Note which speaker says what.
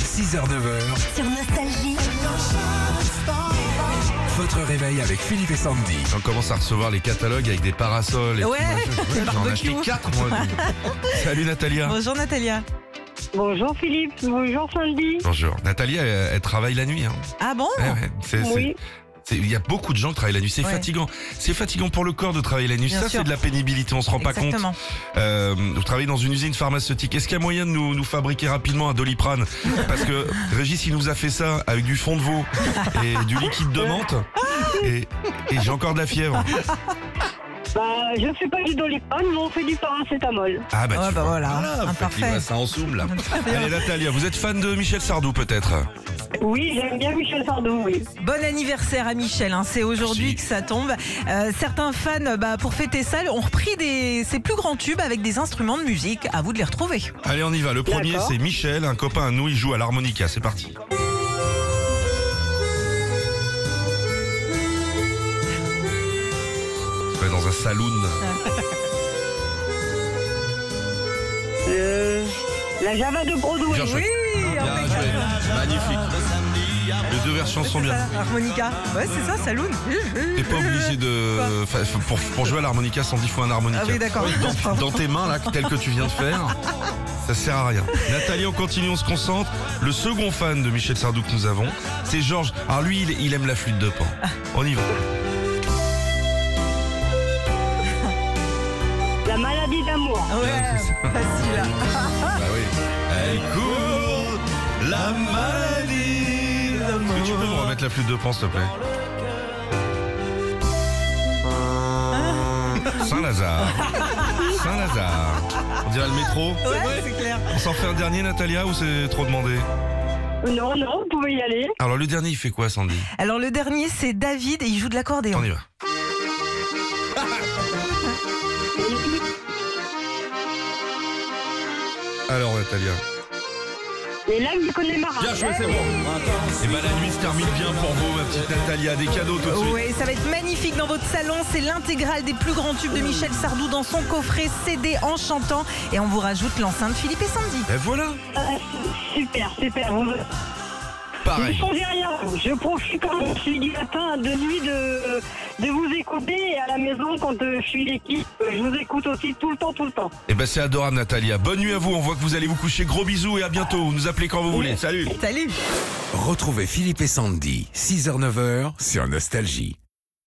Speaker 1: 6h-9h,
Speaker 2: Sur Nostalgie.
Speaker 1: votre réveil avec Philippe et Sandy.
Speaker 3: On commence à recevoir les catalogues avec des parasols. et
Speaker 4: Ouais,
Speaker 3: tout.
Speaker 4: des
Speaker 3: j'en ai acheté
Speaker 4: barbecues.
Speaker 3: 4 moi. Salut Natalia.
Speaker 4: Bonjour Natalia.
Speaker 5: Bonjour Philippe, bonjour Sandy.
Speaker 3: Bonjour. Natalia, elle, elle travaille la nuit. hein.
Speaker 4: Ah bon
Speaker 3: Ouais, ouais. C'est- c'est-
Speaker 5: Oui,
Speaker 3: c'est- Il y a beaucoup de gens qui travaillent la nuit. C'est
Speaker 4: Ouais.
Speaker 3: fatigant. C'est fatigant pour le corps de travailler la nuit.
Speaker 4: Bien
Speaker 3: ça,
Speaker 4: sûr.
Speaker 3: c'est de la pénibilité. On se rend pas compte.
Speaker 4: Exactement.
Speaker 3: Euh, vous travaillez dans une usine pharmaceutique. Est-ce qu'il y a moyen de nous, nous fabriquer rapidement un doliprane Parce que Régis, il nous a fait ça avec du fond de veau et du liquide de menthe. Et, et j'ai encore de la fièvre.
Speaker 5: bah, je fais pas du doliprane, mais on fait du paracétamol.
Speaker 3: Ah bah,
Speaker 4: Ouais,
Speaker 3: tu
Speaker 4: bah
Speaker 3: vois.
Speaker 4: voilà,
Speaker 3: en fait, il
Speaker 4: imparfait.
Speaker 3: voit ça en zoom là. Allez Natalia, vous êtes fan de Michel Sardou peut-être
Speaker 5: Oui, j'aime bien Michel Sardou, oui.
Speaker 4: Bon anniversaire à Michel, hein. c'est aujourd'hui
Speaker 3: Merci.
Speaker 4: que ça tombe. Euh, certains fans, bah, pour fêter ça, ont repris des, ses plus grands tubes avec des instruments de musique. À vous de les retrouver.
Speaker 3: Allez on y va, le premier
Speaker 5: D'accord.
Speaker 3: c'est Michel, un copain à nous, il joue à l'harmonica, c'est parti. Ouais, Dans un saloon.
Speaker 5: Euh, la Java de Broadway.
Speaker 3: Bien joué.
Speaker 4: oui,
Speaker 3: Ah, Bien joué. Magnifique. Les deux versions sont bien.
Speaker 4: Harmonica. Ouais, c'est ça, Saloon.
Speaker 3: T'es pas obligé de. enfin, pour, pour jouer à l'harmonica, sans il faut un harmonica.
Speaker 4: Ah oui, d'accord.
Speaker 3: Dans, dans tes mains, là, tel que tu viens de faire, ça sert à rien. Nathalie, on continue, on se concentre. Le second fan de Michel Sardou que nous avons, c'est Georges. Alors lui, il, il aime la flûte de pan. On y va.
Speaker 5: La maladie d'amour.
Speaker 4: Ouais, facile. hein.
Speaker 3: Bah oui. Elle court la maladie. Est-ce que tu peux me remettre la flûte de pan, s'il te plaît
Speaker 4: Hein
Speaker 3: Saint-Lazare. Saint-Lazare. On dirait le métro.
Speaker 4: Ouais, c'est clair.
Speaker 3: On s'en fait un dernier, Natalia, ou c'est trop demandé
Speaker 5: Non, non, vous pouvez y aller.
Speaker 3: Alors, le dernier, il fait quoi, Sandy
Speaker 4: Alors le dernier, c'est David et il joue de l'accordéon.
Speaker 3: On y va. Alors, Natalia.
Speaker 5: Les lacs du Connemara.
Speaker 3: c'est bon. Et bah, la nuit se termine bien pour vous, ma petite Natalia. Des cadeaux tout de suite.
Speaker 4: Ouais, ça va être magnifique dans votre salon. C'est l'intégrale des plus grands tubes de Michel Sardou dans son coffret CD en chantant. Et on vous rajoute l'enceinte Philippe et Sandy.
Speaker 3: Et Ben, voilà.
Speaker 5: Super, super. Vous ne
Speaker 3: Pareil.
Speaker 5: changez rien. Je profite quand je suis du matin de nuit de, de vous écouter et à la maison quand euh, je suis l'équipe. Je vous écoute aussi tout le temps, tout le temps.
Speaker 3: Et bah, c'est adorable, Natalia. Bonne nuit à vous. On voit que vous allez vous coucher. Gros bisous et à bientôt. Vous nous appelez quand vous voulez. Salut.
Speaker 4: Salut
Speaker 1: Retrouvez Philippe et Sandy, 6h-9h sur Nostalgie.